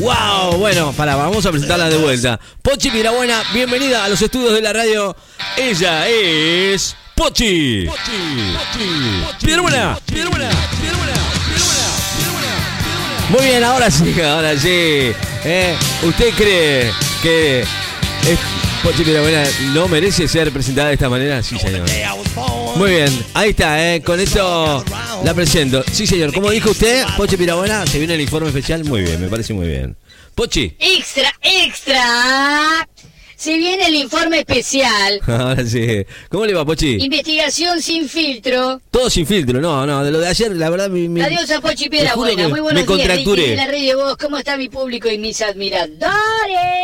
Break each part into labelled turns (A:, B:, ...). A: ¡Wow! Bueno, pará, vamos a presentarla de vuelta. Pochi Mirabuena, bienvenida a los estudios de la radio. Ella es. Pochi. Mirabuena. Mirabuena. Muy bien, ahora sí, ahora sí. Eh, ¿Usted cree que. es- Pochi Mirabuena no merece ser presentada de esta manera? Sí, señor. Muy bien, ahí está, ¿eh? con esto la presento. Sí, señor, como dijo usted, Pochi Pirabuena, se viene el informe especial. Muy bien, me parece muy bien. Pochi,
B: Extra, extra. Se viene el informe especial.
A: ahora sí. ¿Cómo le va, Pochi?
B: Investigación sin filtro.
A: Todo sin filtro, no, no, de lo de ayer, la verdad, mi, mi-
B: Adiós a Pochi Piedra
A: juro que
B: Buena. Muy
A: me
B: buenos días,
A: contracturé.
B: Ricky, de la red de voz. ¿Cómo está mi público y mis admiradores?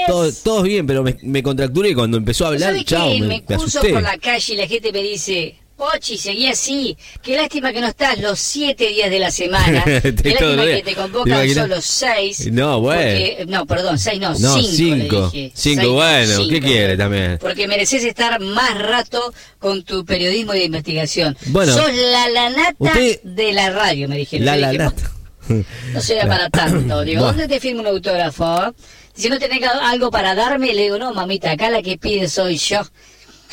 A: todo, todo bien, pero me, me contracturé cuando empezó a hablar.
B: ¿Sabes
A: Chao,
B: qué?
A: me,
B: Me,
A: me
B: cruzo
A: asusté.
B: por la calle y la gente me dice... Pochi, seguí así. Qué lástima que no estás los siete días de la semana.
A: Te-
B: Qué
A: todo el
B: lástima
A: día.
B: que te
A: ¿Te
B: convocan
A: imaginas?
B: solo seis.
A: No, bueno.
B: porque- no, perdón, seis no,
A: No,
B: cinco.
A: cinco.
B: le dije.
A: Cinco,
B: Seis,
A: bueno, ¿qué
B: cinco.
A: quiere también?
B: Porque mereces estar más rato con tu periodismo y de investigación.
A: Bueno.
B: Sos la lanata
A: Usted-
B: de la radio, me dijeron.
A: La
B: Yo
A: la
B: dije,
A: la.
B: No sea para tanto. Digo,
A: Buah.
B: ¿dónde te firmo un autógrafo? Dice, ¿no tenés algo para darme? Le digo, no, mamita, acá la que pide soy yo.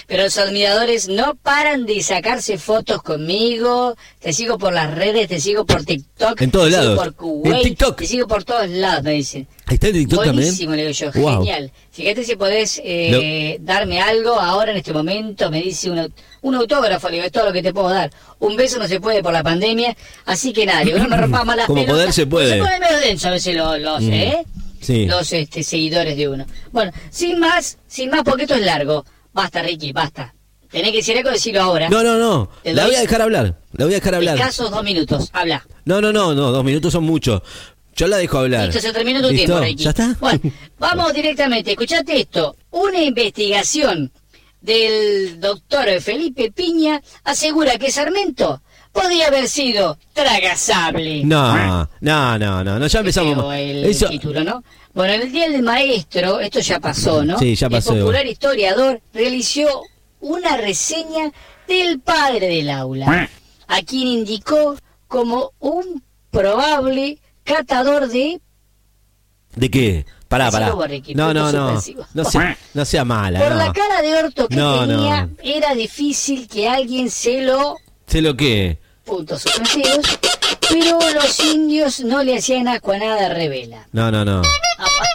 B: Pero los admiradores no paran de sacarse fotos conmigo. Te sigo por las redes, te sigo por TikTok.
A: En todos
B: te sigo
A: lados.
B: Por Kuwait,
A: En TikTok.
B: Te sigo por todos lados, me dicen.
A: ¿Está en TikTok también?
B: Buenísimo, le digo yo,
A: Wow.
B: genial. Fíjate si podés eh, darme algo ahora en este momento, me dice un, aut- un autógrafo, le digo, es todo lo que te puedo dar. Un beso no se puede por la pandemia, así que nada, le digo, no me rompas más las
A: Como
B: pelotas.
A: poder se puede. Mm.
B: Se pone medio denso a veces los, los, ¿eh?
A: Sí.
B: los este, seguidores de uno. Bueno, sin más, sin más, porque esto es largo. Basta, Ricky, basta. Tenés que decir algo, decirlo ahora.
A: No, no, no.
B: ¿Te
A: La
B: doy?
A: voy a dejar hablar. La voy a dejar hablar.
B: Escasos dos minutos, habla.
A: No, no, no, no, dos minutos son muchos. Yo la dejo hablar.
B: Listo, se terminó tu
A: ¿Listo?
B: tiempo, Ricky.
A: ¿Ya está?
B: Bueno, vamos directamente. Escuchate esto. Una investigación del doctor Felipe Piña asegura que Sarmento podía haber sido tragasable.
A: No, no, no, no, no, ya
B: Creo
A: empezamos. Eh,
B: el
A: Eso-
B: título, ¿no? Bueno, en el Día del Maestro, esto ya pasó, ¿no?
A: Sí, ya pasó.
B: El popular historiador realizó una reseña del padre del aula, a quien indicó como un probable catador de
A: ¿De qué? Pará,
B: Decilo
A: pará.
B: vos, Ricky,
A: No, no,
B: punto
A: no.
B: suspensivo.
A: No sea, no sea mala.
B: Por
A: no.
B: la cara de orto que
A: No,
B: tenía,
A: no.
B: era difícil que alguien se lo.
A: Sé lo que.
B: puntos suspensivos. Pero los indios no le hacían asco a nada, revela.
A: No, no, no.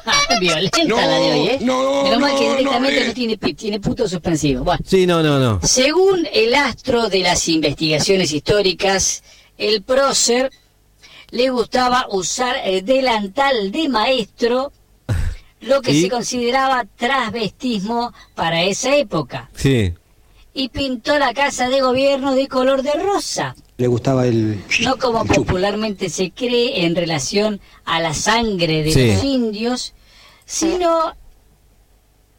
B: Apá, Violenta
C: No,
B: la de hoy, ¿eh?
C: no,
B: Menos mal que
C: no, eh.
B: directamente
C: no,
B: no, tiene, pi- tiene punto suspensivo. Bueno,
A: Sí, no, no, no.
B: según el astro de las investigaciones históricas, el prócer le gustaba usar el delantal de maestro, lo que
A: ¿Y?
B: se consideraba transvestismo para esa época.
A: Sí.
B: y pintó la casa de gobierno de color de rosa,
D: Le gustaba el...
B: no como popularmente se cree en relación a la sangre de
A: Sí.
B: los indios, sino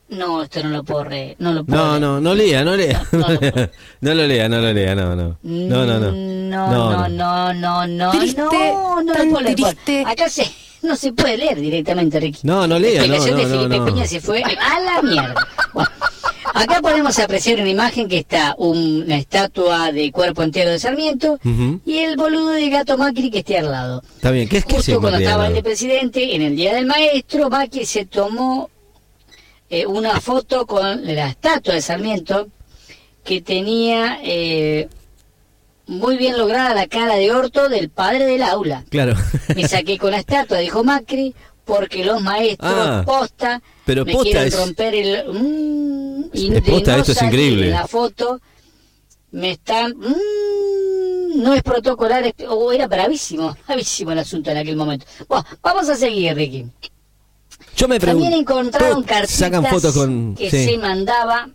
B: no, esto no lo puedo re- no lo puedo
A: No,
B: re-
A: no, no lea, no lea.
B: No, no.
A: No lo lea, no lo lea, no, no. No, no, no.
B: No, no, no, no, no,
E: Triste,
B: no, no
E: tan
B: lo puedo leer.
E: triste.
B: Acá se, no se puede leer directamente, Ricky.
A: No, no lea,
B: La
A: no,
B: explicación
A: no,
B: de
A: no,
B: Felipe
A: no.
B: Peña se fue a la mierda. Bueno, acá podemos apreciar una imagen que está un- una estatua de cuerpo entero de Sarmiento
A: Ujú.
B: y el boludo de gato Macri que esté al lado.
A: Está bien, ¿qué es que se
B: Justo cuando estaba el
A: material?
B: de presidente, en el Día del Maestro, Macri se tomó eh, una foto con la estatua de Sarmiento que tenía eh, muy bien lograda la cara de orto del padre del aula.
A: Claro.
B: Me saqué con la estatua, dijo Macri, porque los maestros
A: Ah,
B: posta
A: pero
B: me
A: posta
B: quieren
A: es-
B: romper el... mm, y
A: Es
B: de
A: posta,
B: no
A: esto es
B: salir
A: increíble.
B: La foto me están... mm, no es protocolar, es- oh, era bravísimo, bravísimo el asunto en aquel momento. Bueno, vamos a seguir, Ricky.
A: Yo me pregunto.
B: También encontraron
A: todos
B: cartitas
A: Sacan fotos con.
B: que
A: sí.
B: se mandaba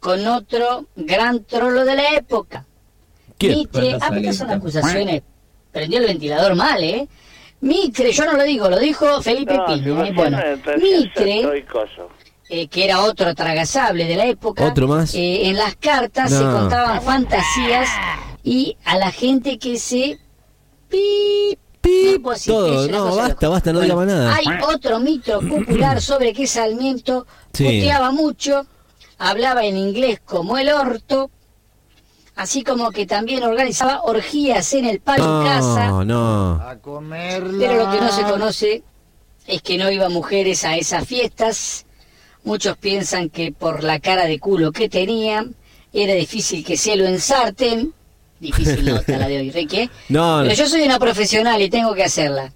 B: con otro gran trolo de la época.
A: ¿Quién?
B: Mitre, ah, estas son acusaciones. Prendió el ventilador mal, ¿eh? Mitre, yo no lo digo, lo dijo Felipe
F: No,
B: Pino.
F: no,
B: ¿eh?
F: yo
B: Bueno,
F: no me parece
B: Mitre,
F: soy coso.
B: eh, que era otro tragasable de la época,
A: ¿Otro más?
B: eh, en las cartas se
A: No.
B: contaban fantasías y a la gente que se... pi-
A: Pip,
B: no puedo decir,
A: todo,
B: es una
A: no,
B: cosa
A: basta,
B: loca.
A: basta, no
B: Bueno,
A: diga más nada.
B: Hay otro mito popular sobre que Sarmiento
A: Sí.
B: puteaba mucho, hablaba en inglés como el orto, así como que también organizaba
A: Ah.
B: orgías en el palo en casa,
A: No, no.
B: pero lo que no se conoce es que no iba mujeres a esas fiestas. Muchos piensan que por la cara de culo que tenía, era difícil que se lo ensarten. Difícil nota la de hoy, Ricky. ¿eh?
A: No, no.
B: Pero yo soy una profesional y tengo que hacerla.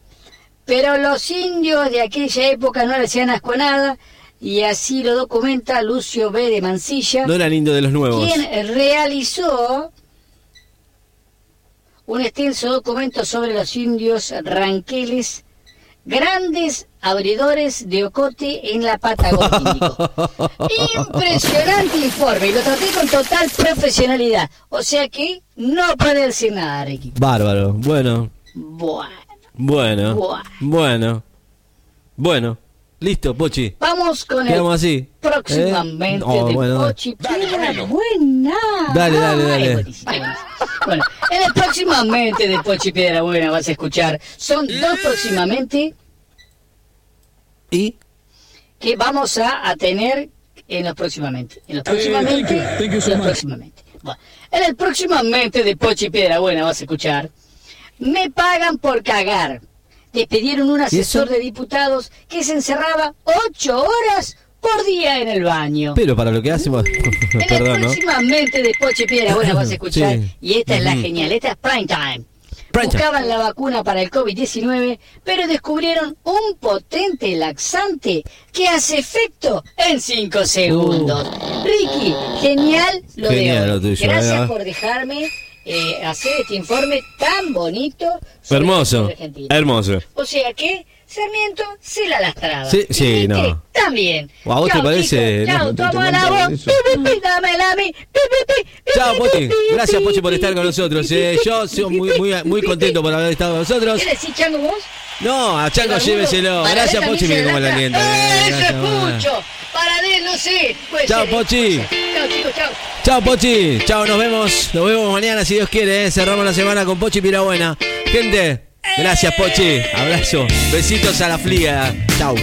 B: Pero los indios de aquella época no le hacían asco a nada, y así lo documenta Lucio B. de Mansilla,
A: No eran indios de los nuevos.
B: quien realizó un extenso documento sobre los indios ranqueles, grandes abridores de ocote en la Patagonia. Índico. Impresionante informe, y lo traté con total profesionalidad. O sea que no puede decir nada, Ricky.
A: Bárbaro. Bueno,
B: Bueno,
A: bueno,
B: Buah.
A: bueno, bueno. Listo, Pochi.
B: vamos con el
A: Quedamos así.
B: próximamente
A: ¿Eh? Oh,
B: de
A: bueno, dale.
B: Pochi Piedra Buena.
A: Dale, dale,
B: Ay,
A: dale.
B: buenísimo, buenísimo. Bueno, en el próximamente de Pochi Piedra Buena vas a escuchar. Son dos
C: Eh.
B: próximamente
A: Y
B: que vamos a, a tener en los próximamente. En los próximamente.
C: Eh, thank you, thank you so
B: en los
C: much.
B: próximamente. Bueno, en el próximamente de Pochi Piedra Buena vas a escuchar. Me pagan por cagar. Despidieron un asesor de diputados que se encerraba ocho horas por día en el baño.
A: pero para lo que hacemos,
B: En el
A: perdón, ¿no?
B: próximamente de Poche Piedra, bueno, vas a escuchar.
A: Sí.
B: Y esta es la
A: Ujú.
B: genial, esta es Prime Time.
A: Prime time.
B: Buscaban la vacuna para el COVID-19, pero descubrieron un potente laxante que hace efecto en
A: Uh.
B: 5 segundos. Ricky, genial lo
A: Genial
B: de hoy.
A: lo tuyo,
B: Gracias
A: ¿verdad?
B: por dejarme eh, hacer este informe tan bonito. sobre la
A: Hermoso,
B: cultura argentina.
A: hermoso.
B: O sea que Sarmiento se la lastraba.
A: Sí,
B: Y
A: sí,
B: Mitre
A: no.
B: También.
A: ¿A vos te
B: Chau,
A: parece?
B: chicos, Chau,
A: No, te- te
B: tómala
A: mando
B: vos.
A: eso.
B: Pi, pi, pi, dámela a mí. Pi, pi, pi, pi,
A: Chao,
B: pi,
A: Pochi.
B: pi,
A: Gracias,
B: pi,
A: Pochi, por estar con
B: pi,
A: nosotros.
B: pi,
A: eh.
B: pi,
A: Yo
B: pi,
A: soy
B: pi,
A: muy,
B: pi,
A: muy,
B: pi,
A: muy
B: pi,
A: contento
B: pi.
A: por haber estado con nosotros.
B: ¿Qué decís, Chango, vos?
A: No, a Chango
B: ¿Alguno?
A: lléveselo.
B: Para
A: Gracias,
B: ver
A: Pochi,
B: también
A: mire cómo
B: se
A: la
B: la
A: alienta. eh.
B: lastra.
A: Gracias,
B: ¡Eso,
A: mamá.
B: Pucho! Para de él, no sé. Puede
A: Chao,
B: ser, eh.
A: Pochi.
B: Chao, chicos, chao.
A: Chao, Pochi. Chao, nos vemos. Nos vemos mañana, si Dios quiere. eh. Cerramos la semana con Pochi Pirabuena. Gente, gracias, Pochi. Abrazo. Besitos a la fliga. Chao.